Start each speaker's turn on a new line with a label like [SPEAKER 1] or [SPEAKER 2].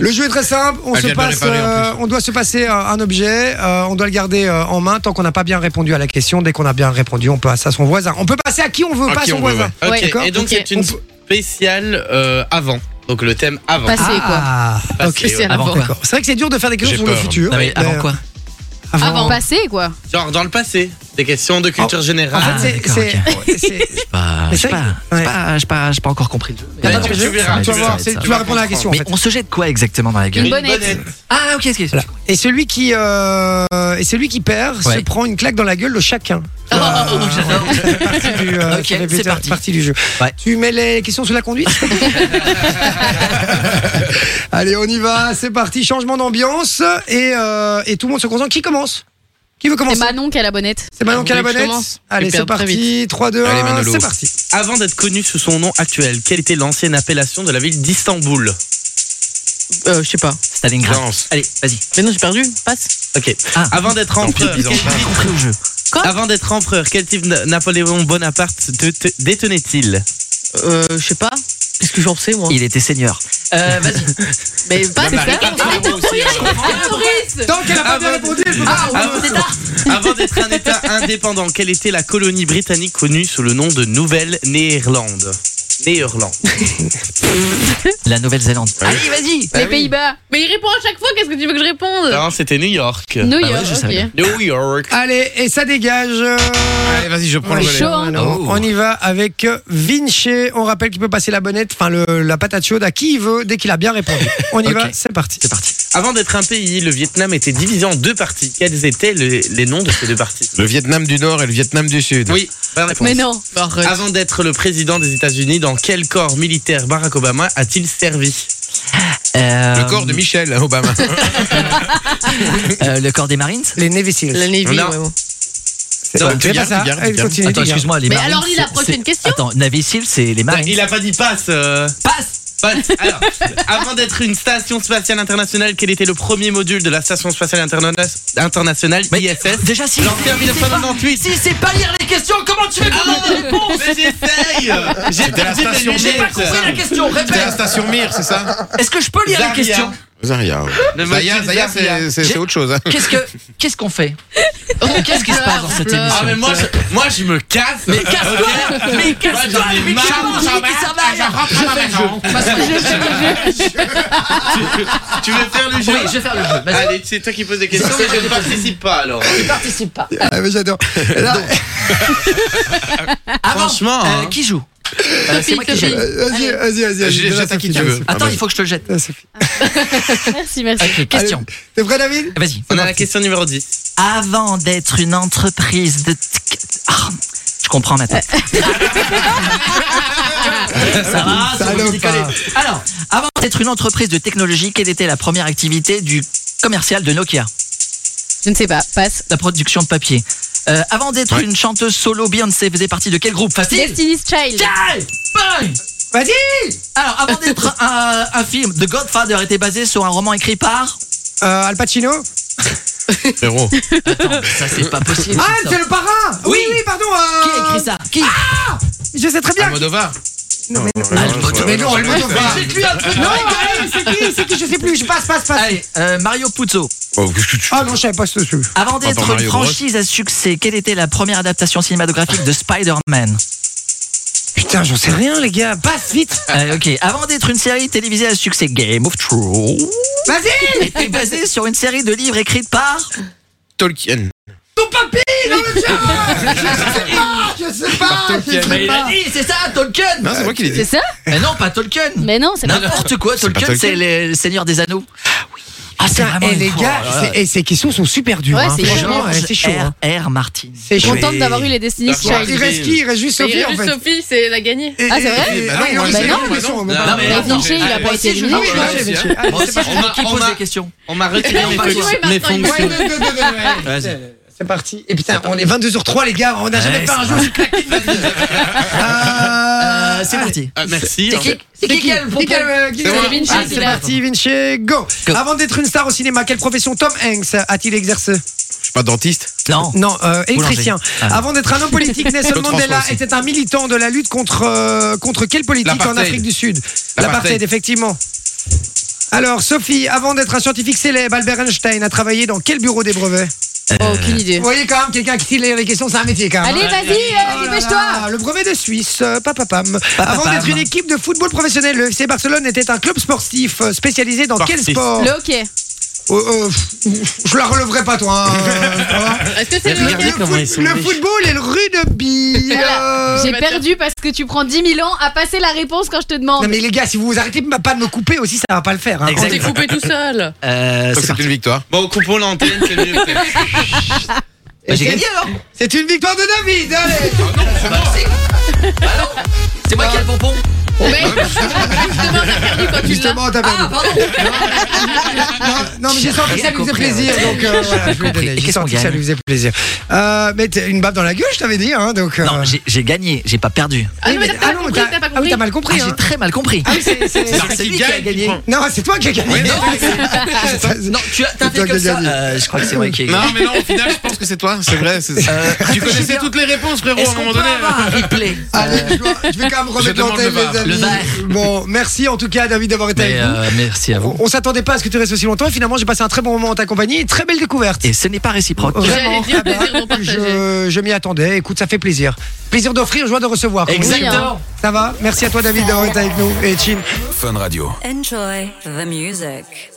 [SPEAKER 1] Le jeu est très simple, on,
[SPEAKER 2] Elle
[SPEAKER 1] se
[SPEAKER 2] vient de le
[SPEAKER 1] passe,
[SPEAKER 2] réparer, en
[SPEAKER 1] euh, on doit se passer euh, un objet, euh, on doit le garder euh, en main tant qu'on n'a pas bien répondu à la question. Dès qu'on a bien répondu, on passe à son voisin. On peut passer à qui on veut, pas à
[SPEAKER 2] Ok,
[SPEAKER 1] son
[SPEAKER 2] on
[SPEAKER 1] voisin.
[SPEAKER 2] voit, ouais.
[SPEAKER 3] Ouais.
[SPEAKER 2] Ok,
[SPEAKER 3] D'accord
[SPEAKER 2] Et donc
[SPEAKER 3] Ok.
[SPEAKER 2] c'est une
[SPEAKER 1] On peut-
[SPEAKER 2] spéciale euh, avant. Donc le thème avant.
[SPEAKER 3] Passé. C'est
[SPEAKER 1] Ah,
[SPEAKER 2] quoi
[SPEAKER 1] ok.
[SPEAKER 2] Passer,
[SPEAKER 3] ouais. Avant quoi
[SPEAKER 1] d'accord. C'est vrai que c'est dur de faire des questions
[SPEAKER 2] J'ai
[SPEAKER 1] sur le
[SPEAKER 2] peur.
[SPEAKER 1] futur.
[SPEAKER 4] Non mais
[SPEAKER 1] mais,
[SPEAKER 4] avant
[SPEAKER 1] euh,
[SPEAKER 4] quoi
[SPEAKER 1] avant-
[SPEAKER 3] Avant passé quoi.
[SPEAKER 2] Genre dans le passé. Des questions de culture
[SPEAKER 1] En
[SPEAKER 2] générale.
[SPEAKER 4] Ah,
[SPEAKER 1] fait, c'est-
[SPEAKER 4] d'accord,
[SPEAKER 1] c'est. c'est-
[SPEAKER 4] Bah,
[SPEAKER 1] Mais
[SPEAKER 4] je sais
[SPEAKER 1] c'est-
[SPEAKER 4] pas, je
[SPEAKER 1] ouais.
[SPEAKER 4] sais pas, je sais pas, j'ai pas encore compris le jeu.
[SPEAKER 1] T'as
[SPEAKER 2] Mais
[SPEAKER 1] pas
[SPEAKER 4] Ouais,
[SPEAKER 2] tu
[SPEAKER 1] compris le jeu
[SPEAKER 2] verras,
[SPEAKER 1] Tu vas
[SPEAKER 2] tu
[SPEAKER 1] voir,
[SPEAKER 2] verras,
[SPEAKER 1] c'est-
[SPEAKER 2] ça
[SPEAKER 1] tu
[SPEAKER 2] va.
[SPEAKER 1] vas répondre à la question. en
[SPEAKER 4] Mais
[SPEAKER 1] fait.
[SPEAKER 4] on se jette quoi exactement dans la gueule
[SPEAKER 3] Une bonnette.
[SPEAKER 4] Ah ok, ok.
[SPEAKER 1] Voilà. Et celui qui euh, et celui qui perd se
[SPEAKER 4] Ouais.
[SPEAKER 1] prend une claque dans la gueule de chacun.
[SPEAKER 4] Oh, oh, oh, j'adore.
[SPEAKER 1] du, euh,
[SPEAKER 4] Ok,
[SPEAKER 1] ça fait
[SPEAKER 4] c'est
[SPEAKER 1] partie-
[SPEAKER 4] parti.
[SPEAKER 1] partie du jeu.
[SPEAKER 4] Ouais.
[SPEAKER 1] Tu mets les questions sous la conduite Allez, on y va, c'est parti, changement d'ambiance et, euh, et tout le monde se concentre. Qui commence Qui veut
[SPEAKER 3] C'est
[SPEAKER 1] commencer
[SPEAKER 3] Manon qui a la bonnette.
[SPEAKER 1] C'est Manon
[SPEAKER 3] Vous
[SPEAKER 1] qui a la
[SPEAKER 3] voulez que je
[SPEAKER 1] bonnette
[SPEAKER 3] commence
[SPEAKER 1] Allez,
[SPEAKER 3] Je
[SPEAKER 1] c'est
[SPEAKER 3] perds très
[SPEAKER 1] parti, 3, 2,
[SPEAKER 2] Allez,
[SPEAKER 1] 1,
[SPEAKER 2] Manolo.
[SPEAKER 1] c'est parti.
[SPEAKER 2] Avant d'être connu sous son nom actuel, quelle était l'ancienne appellation de la ville d'Istanbul
[SPEAKER 5] Euh, je sais pas.
[SPEAKER 4] Stalingrad.
[SPEAKER 2] Danse.
[SPEAKER 4] Allez, vas-y.
[SPEAKER 5] Mais non, j'ai perdu. Passe.
[SPEAKER 2] Ok.
[SPEAKER 4] Ah.
[SPEAKER 2] Avant d'être empereur,
[SPEAKER 4] J'ai
[SPEAKER 2] quel
[SPEAKER 4] pas
[SPEAKER 2] titre-
[SPEAKER 4] compris le jeu.
[SPEAKER 2] avant d'être empereur, quel type de- Napoléon Bonaparte te- te- détenait-il
[SPEAKER 5] Euh, je sais pas. Qu'est-ce que j'en sais, moi
[SPEAKER 4] Il était seigneur.
[SPEAKER 5] Euh, vas-y. Mais
[SPEAKER 2] Non, mais
[SPEAKER 5] passe,
[SPEAKER 2] arrête,
[SPEAKER 5] c'est ça
[SPEAKER 2] arrête, arrête,
[SPEAKER 1] Tant qu'elle a pas bien
[SPEAKER 2] Avant-
[SPEAKER 1] répondu, elle peut pas
[SPEAKER 5] Ah,
[SPEAKER 2] Avant- Avant d'être un État indépendant, quelle était la colonie britannique connue sous le nom de Nouvelle-Néerlande Néerlande.
[SPEAKER 4] La Nouvelle-Zélande.
[SPEAKER 5] Allez, vas-y.
[SPEAKER 1] Bah
[SPEAKER 3] Les Pays-Bas. Mais il répond à chaque fois, qu'est-ce que tu veux que je réponde
[SPEAKER 2] Non, c'était New York.
[SPEAKER 3] New
[SPEAKER 4] Bah ouais,
[SPEAKER 3] York,
[SPEAKER 4] je savais
[SPEAKER 3] ok.
[SPEAKER 4] bien.
[SPEAKER 2] New York.
[SPEAKER 1] Allez, et ça dégage. euh,
[SPEAKER 6] Allez, vas-y, je prends
[SPEAKER 3] Ouais,
[SPEAKER 6] le
[SPEAKER 3] chaud,
[SPEAKER 6] relais.
[SPEAKER 3] hein.
[SPEAKER 1] Non,
[SPEAKER 4] Oh.
[SPEAKER 1] On y va avec Vinci. On rappelle qu'il peut passer la bonnette, enfin le- la patate chaude à qui il veut dès qu'il a bien répondu. On y
[SPEAKER 4] Ok.
[SPEAKER 1] va, c'est parti.
[SPEAKER 4] C'est parti.
[SPEAKER 2] Avant d'être un pays, le Vietnam était divisé en deux parties. Quels étaient le- les noms de ces deux parties
[SPEAKER 6] Le Vietnam du Nord et le Vietnam du Sud.
[SPEAKER 2] Oui, bonne réponse.
[SPEAKER 3] Mais non.
[SPEAKER 2] Avant d'être le président des États-Unis, dans quel corps militaire Barack Obama a-t-il servi
[SPEAKER 4] Euh,
[SPEAKER 6] Le corps de Michel Obama.
[SPEAKER 4] euh, le corps des Marines.
[SPEAKER 1] Les Navy Seals.
[SPEAKER 5] La Navy,
[SPEAKER 2] Non.
[SPEAKER 5] ouais, bon.
[SPEAKER 2] Non,
[SPEAKER 1] Fais pas
[SPEAKER 6] gardes,
[SPEAKER 1] ça.
[SPEAKER 6] tu gardes,
[SPEAKER 1] Allez,
[SPEAKER 6] tu gardes.
[SPEAKER 1] continue,
[SPEAKER 4] Attends,
[SPEAKER 1] tu gardes.
[SPEAKER 4] excuse-moi, les
[SPEAKER 3] Mais
[SPEAKER 4] Marines.
[SPEAKER 3] alors, lis la
[SPEAKER 4] c'est-
[SPEAKER 3] prochaine
[SPEAKER 4] c'est-
[SPEAKER 3] question.
[SPEAKER 4] Attends, Navy Seal, c'est les Marines.
[SPEAKER 2] Il a pas dit passe. euh,
[SPEAKER 4] Bah, Passe.
[SPEAKER 2] passe. Alors, avant d'être une station spatiale internationale, quel était le premier module de la station spatiale interna- internationale
[SPEAKER 4] Mais-
[SPEAKER 2] ISS
[SPEAKER 4] Déjà si.
[SPEAKER 2] Lancé en 1998.
[SPEAKER 4] Si c'est pas lire les questions, comment tu veux que
[SPEAKER 2] Ah, mais j'essaye J'ai
[SPEAKER 6] C'était la
[SPEAKER 2] perdu mes
[SPEAKER 6] station.
[SPEAKER 2] lunettes.
[SPEAKER 4] J'ai pas compris la question,
[SPEAKER 6] C'était la
[SPEAKER 4] répète.
[SPEAKER 6] station Mir, c'est ça
[SPEAKER 4] Est-ce que je peux lire
[SPEAKER 2] Zaria.
[SPEAKER 4] les questions
[SPEAKER 6] Zaria. ouais.
[SPEAKER 2] Le
[SPEAKER 6] Zaya,
[SPEAKER 2] module Zaria.
[SPEAKER 6] Zaya, c'est- c'est
[SPEAKER 4] J'ai-
[SPEAKER 6] c'est autre chose. hein.
[SPEAKER 4] Qu'est-ce que qu'est-ce qu'on fait
[SPEAKER 5] Oh,
[SPEAKER 4] Qu'est-ce qui se passe dans cette
[SPEAKER 2] Ah
[SPEAKER 4] émission
[SPEAKER 2] mais moi je, moi je me casse
[SPEAKER 4] Mais casse-toi Mais casse-toi
[SPEAKER 2] j'en ai
[SPEAKER 4] Mais
[SPEAKER 2] marre, j'en
[SPEAKER 4] comment
[SPEAKER 2] ai
[SPEAKER 4] j'ai dit ça va
[SPEAKER 2] Tu veux faire le jeu
[SPEAKER 4] Oui, Ah, je vais faire le jeu. Vas-y,
[SPEAKER 2] Allez c'est toi qui poses des questions mais je ne participe pas alors
[SPEAKER 4] je participe pas.
[SPEAKER 1] Ah, mais j'adore. Là,
[SPEAKER 4] Avant,
[SPEAKER 2] Franchement,
[SPEAKER 4] euh,
[SPEAKER 2] hein.
[SPEAKER 4] qui joue Euh, C'est moi qui
[SPEAKER 3] Sophie.
[SPEAKER 4] jette.
[SPEAKER 1] euh, Vas-y, vas-y, vas-y. vas-y,
[SPEAKER 6] J'ai-
[SPEAKER 1] donne-la,
[SPEAKER 6] Jette à qui
[SPEAKER 1] Sophie,
[SPEAKER 6] tu veux.
[SPEAKER 1] donne-la,
[SPEAKER 4] Attends, il faut que je te le jette.
[SPEAKER 1] donne-la, Sophie.
[SPEAKER 3] Merci, merci.
[SPEAKER 4] Ok, question.
[SPEAKER 1] T'es prêt, David
[SPEAKER 4] Vas-y.
[SPEAKER 2] on a la question numéro 10
[SPEAKER 4] Avant d'être une entreprise de. Ah, je comprends maintenant. Ça va, c'est bon,
[SPEAKER 1] Salope,
[SPEAKER 4] vous décollez. Alors, avant d'être une entreprise de technologie, quelle était la première activité du commercial de Nokia
[SPEAKER 3] Je ne sais pas, passe.
[SPEAKER 4] La production de papier. Euh, avant d'être
[SPEAKER 6] Ouais.
[SPEAKER 4] une chanteuse solo, Beyoncé faisait partie de quel groupe Facile
[SPEAKER 3] Destiny's Child.
[SPEAKER 4] Tiens, bang
[SPEAKER 1] Vas-y
[SPEAKER 4] Alors, avant d'être un, un film, The Godfather était basé sur un roman écrit par.
[SPEAKER 1] Euh, Al Pacino
[SPEAKER 6] Frérot.
[SPEAKER 4] Attends, ça c'est Ah, pas possible.
[SPEAKER 1] Ah,
[SPEAKER 4] ça.
[SPEAKER 1] c'est le parrain Oui,
[SPEAKER 4] Oui.
[SPEAKER 1] oui, pardon. euh,
[SPEAKER 4] Qui a écrit ça Qui
[SPEAKER 1] Je sais très
[SPEAKER 2] Ah,
[SPEAKER 1] bien.
[SPEAKER 6] Almodovar.
[SPEAKER 1] Non, mais non.
[SPEAKER 4] Ah, je me
[SPEAKER 1] Mais non, elle
[SPEAKER 6] Almodovar.
[SPEAKER 1] Moldova. Non, allez, c'est qui C'est qui Je sais plus. Je passe, passe, passe.
[SPEAKER 4] Allez, euh, Mario Puzo.
[SPEAKER 6] Oh, qu'est-ce que tu-
[SPEAKER 1] Ah non, je savais pas ce dessus.
[SPEAKER 4] Avant
[SPEAKER 6] Attends,
[SPEAKER 4] d'être une
[SPEAKER 6] Mario Bros.
[SPEAKER 4] franchise à succès, quelle était la première adaptation cinématographique de Spider-Man
[SPEAKER 1] Putain, j'en sais rien, les gars. Passe vite.
[SPEAKER 4] Euh, Ok. Avant d'être une série télévisée à succès, Game of Thrones
[SPEAKER 1] Vas-y.
[SPEAKER 4] était basée sur une série de livres écrite par.
[SPEAKER 6] Tolkien.
[SPEAKER 1] Ton papy dans le chat Ah, Je sais pas, je sais pas, je sais pas.
[SPEAKER 4] dit, c'est ça, Tolkien
[SPEAKER 6] Non, c'est moi qui l'ai
[SPEAKER 3] C'est
[SPEAKER 6] dit.
[SPEAKER 3] ça
[SPEAKER 4] Mais non, pas Tolkien
[SPEAKER 3] Mais non, c'est pas.
[SPEAKER 4] N'importe quoi,
[SPEAKER 6] pas
[SPEAKER 4] Tolkien,
[SPEAKER 6] Tolkien.
[SPEAKER 4] c'est le le Seigneur des Anneaux. Ah, c'est
[SPEAKER 1] Putain,
[SPEAKER 4] vraiment
[SPEAKER 1] et
[SPEAKER 4] une-
[SPEAKER 1] eh, les gars,
[SPEAKER 4] Oh là là.
[SPEAKER 1] c'est- et ces questions sont super dures.
[SPEAKER 3] Ouais,
[SPEAKER 1] hein,
[SPEAKER 3] c'est
[SPEAKER 1] franchement,
[SPEAKER 3] chaud.
[SPEAKER 1] ouais,
[SPEAKER 4] eh,
[SPEAKER 1] c'est chaud. hein.
[SPEAKER 4] R. R. Martin.
[SPEAKER 1] C'est chaud. Eh,
[SPEAKER 3] Contente d'avoir eu les Destiny's
[SPEAKER 2] D'accord.
[SPEAKER 1] Il
[SPEAKER 3] Child.
[SPEAKER 1] reste qui Il reste juste
[SPEAKER 5] Mais il
[SPEAKER 1] Bah, Sophie
[SPEAKER 5] y a
[SPEAKER 1] en
[SPEAKER 5] juste
[SPEAKER 1] fait.
[SPEAKER 5] Sophie, c'est la gagnée.
[SPEAKER 1] Et-
[SPEAKER 3] Ah, c'est
[SPEAKER 1] et-
[SPEAKER 3] vrai
[SPEAKER 1] et-
[SPEAKER 6] Bah
[SPEAKER 1] et
[SPEAKER 6] non,
[SPEAKER 1] il reste
[SPEAKER 3] bah
[SPEAKER 1] les
[SPEAKER 3] non,
[SPEAKER 1] questions,
[SPEAKER 3] bah
[SPEAKER 1] questions,
[SPEAKER 2] non.
[SPEAKER 1] hein.
[SPEAKER 2] Non,
[SPEAKER 3] Mais Vinci, il a pas été éliminé.
[SPEAKER 1] Oui, oui,
[SPEAKER 6] Ah,
[SPEAKER 1] oui,
[SPEAKER 6] c'est
[SPEAKER 1] oui,
[SPEAKER 6] bien.
[SPEAKER 1] oui. Allez,
[SPEAKER 4] Moi aussi,
[SPEAKER 1] c'est parti.
[SPEAKER 4] je veux qui
[SPEAKER 2] On
[SPEAKER 4] pose
[SPEAKER 2] m'a-
[SPEAKER 4] les questions.
[SPEAKER 2] on m'a retiré
[SPEAKER 5] on
[SPEAKER 2] mes
[SPEAKER 5] va
[SPEAKER 2] fon-
[SPEAKER 5] jouer
[SPEAKER 2] mes
[SPEAKER 5] maintenant, il
[SPEAKER 2] fonctions
[SPEAKER 1] Ouais, ouais, ouais, ouais, ouais.
[SPEAKER 4] Vas-y.
[SPEAKER 1] C'est parti. Et putain, on est 22h03 les gars, on n'a jamais
[SPEAKER 4] Ouais,
[SPEAKER 1] fait un
[SPEAKER 4] c'est
[SPEAKER 1] jeu aussi claqué de notre vie. Euh,
[SPEAKER 4] Euh, C'est
[SPEAKER 1] allez.
[SPEAKER 4] parti.
[SPEAKER 2] Ah, merci
[SPEAKER 4] C'est qui C'est qui qui a le
[SPEAKER 1] Qui qui a
[SPEAKER 4] propos
[SPEAKER 1] le- qui
[SPEAKER 6] C'est
[SPEAKER 1] qui a
[SPEAKER 6] moi.
[SPEAKER 1] le-
[SPEAKER 3] Vinci,
[SPEAKER 1] Ah,
[SPEAKER 3] c'est
[SPEAKER 1] C'est
[SPEAKER 3] là.
[SPEAKER 1] parti, Vinci, go
[SPEAKER 4] Go.
[SPEAKER 1] Avant d'être une star au cinéma, quelle profession Tom Hanks a-t-il exercé
[SPEAKER 6] Je suis pas dentiste.
[SPEAKER 4] Non.
[SPEAKER 1] Non, euh, électricien.
[SPEAKER 4] Ah.
[SPEAKER 1] Avant d'être un homme politique, Nelson
[SPEAKER 6] L'autre
[SPEAKER 1] Mandela
[SPEAKER 6] François aussi.
[SPEAKER 1] était un militant de la lutte contre, euh, contre quelle politique en
[SPEAKER 6] L'apartheid.
[SPEAKER 1] Afrique du Sud
[SPEAKER 6] L'apartheid.
[SPEAKER 1] L'apartheid, effectivement. Alors, Sophie, avant d'être un scientifique célèbre, Albert Einstein a travaillé dans quel bureau des brevets
[SPEAKER 3] Oh, aucune idée.
[SPEAKER 1] Vous voyez quand même, quelqu'un qui tire les questions, c'est un métier quand même.
[SPEAKER 3] Allez,
[SPEAKER 1] hein.
[SPEAKER 3] vas-y,
[SPEAKER 1] Oh
[SPEAKER 3] euh,
[SPEAKER 1] là
[SPEAKER 3] dépêche-toi.
[SPEAKER 1] là, Le brevet de Suisse, euh, papapam. Avant
[SPEAKER 4] Papapam.
[SPEAKER 1] d'être une équipe de football professionnel, le FC Barcelone était un club sportif euh, spécialisé dans quel
[SPEAKER 2] Sportif.
[SPEAKER 1] sport
[SPEAKER 3] Le hockey.
[SPEAKER 1] Euh, euh, pff, Je la releverai pas, toi. hein, euh, ça va
[SPEAKER 5] Est-ce que c'est
[SPEAKER 2] Mais
[SPEAKER 5] le
[SPEAKER 2] regardez
[SPEAKER 5] hockey
[SPEAKER 1] le,
[SPEAKER 2] comment ils sont
[SPEAKER 1] le
[SPEAKER 2] riches.
[SPEAKER 1] football et le rugby. euh,
[SPEAKER 3] J'ai
[SPEAKER 5] bah,
[SPEAKER 3] perdu parce que tu prends 10 000 ans à passer la réponse quand je te demande.
[SPEAKER 1] Non mais les gars, si vous vous arrêtez pas de me couper aussi, ça va pas le faire. hein.
[SPEAKER 5] On t'est coupé tout seul.
[SPEAKER 4] Euh, c'est
[SPEAKER 6] C'est
[SPEAKER 4] parti.
[SPEAKER 6] une victoire.
[SPEAKER 2] Bon, coupons l'antenne, c'est mieux.
[SPEAKER 4] Bah, J'ai gagné alors
[SPEAKER 1] C'est une victoire de David. Allez.
[SPEAKER 4] C'est moi qui ai le pompon
[SPEAKER 5] Mais justement, t'as perdu quand tu l'as.
[SPEAKER 1] Justement, t'as perdu. non, non, mais j'ai senti que ça
[SPEAKER 4] Ah, rien
[SPEAKER 1] lui faisait
[SPEAKER 4] compris,
[SPEAKER 1] plaisir,
[SPEAKER 4] ouais.
[SPEAKER 1] donc euh, voilà, je lui ai
[SPEAKER 4] compris.
[SPEAKER 1] donné.
[SPEAKER 4] Et
[SPEAKER 1] J'ai
[SPEAKER 4] qu'est-ce qu'on
[SPEAKER 1] senti que ça
[SPEAKER 4] gagne
[SPEAKER 1] lui faisait plaisir. Euh, mais t'as une baffe dans la gueule, je t'avais dit, hein, donc. euh,
[SPEAKER 4] Non, j'ai- j'ai gagné, j'ai pas perdu.
[SPEAKER 5] Ah non, mais t'as
[SPEAKER 1] ah
[SPEAKER 5] pas
[SPEAKER 1] non,
[SPEAKER 5] compris, t'as pas
[SPEAKER 1] ah oui,
[SPEAKER 5] compris.
[SPEAKER 1] t'as mal
[SPEAKER 4] Ah,
[SPEAKER 1] compris.
[SPEAKER 4] j'ai
[SPEAKER 1] hein.
[SPEAKER 4] très mal compris.
[SPEAKER 1] Ah oui, c'est- c'est-
[SPEAKER 4] C'est lui qui a gagné.
[SPEAKER 1] Non, c'est toi qui as gagné.
[SPEAKER 4] Non, non, tu as t'as
[SPEAKER 1] Toi
[SPEAKER 4] fait
[SPEAKER 1] qui
[SPEAKER 4] comme
[SPEAKER 1] as
[SPEAKER 4] ça.
[SPEAKER 1] gagné.
[SPEAKER 4] Euh, je crois que c'est moi qui ai gagné.
[SPEAKER 6] Non, mais non, au final, je pense que c'est toi. C'est vrai. c'est- Tu connaissais
[SPEAKER 4] Euh, Julien,
[SPEAKER 6] toutes les réponses, frérot, à
[SPEAKER 4] Est-ce
[SPEAKER 6] un
[SPEAKER 4] qu'on
[SPEAKER 6] moment
[SPEAKER 4] peut
[SPEAKER 6] donné.
[SPEAKER 4] avoir un replay
[SPEAKER 1] Allez, je dois- je vais quand même remettre
[SPEAKER 6] demande
[SPEAKER 1] l'antenne,
[SPEAKER 6] le
[SPEAKER 1] les
[SPEAKER 6] VAR.
[SPEAKER 1] amis.
[SPEAKER 4] Euh, Le
[SPEAKER 1] Bon, merci en tout cas, David, d'avoir été
[SPEAKER 4] Mais,
[SPEAKER 1] avec nous.
[SPEAKER 4] euh, Merci à vous.
[SPEAKER 1] On, on s'attendait pas à ce que tu restes aussi longtemps et finalement j'ai passé un très bon moment en ta compagnie, et très belle découverte.
[SPEAKER 4] Et ce n'est pas réciproque.
[SPEAKER 5] J'allais
[SPEAKER 1] Vraiment,
[SPEAKER 5] dire,
[SPEAKER 1] ah bah,
[SPEAKER 5] plaisir non partagé.
[SPEAKER 1] je, je m'y attendais. Écoute, ça fait plaisir. Plaisir d'offrir, joie de recevoir. comme on dit.
[SPEAKER 5] hein.
[SPEAKER 4] Exactement.
[SPEAKER 1] Ça va Merci à toi David d'avoir été avec nous et Chin.
[SPEAKER 7] Enjoy the music.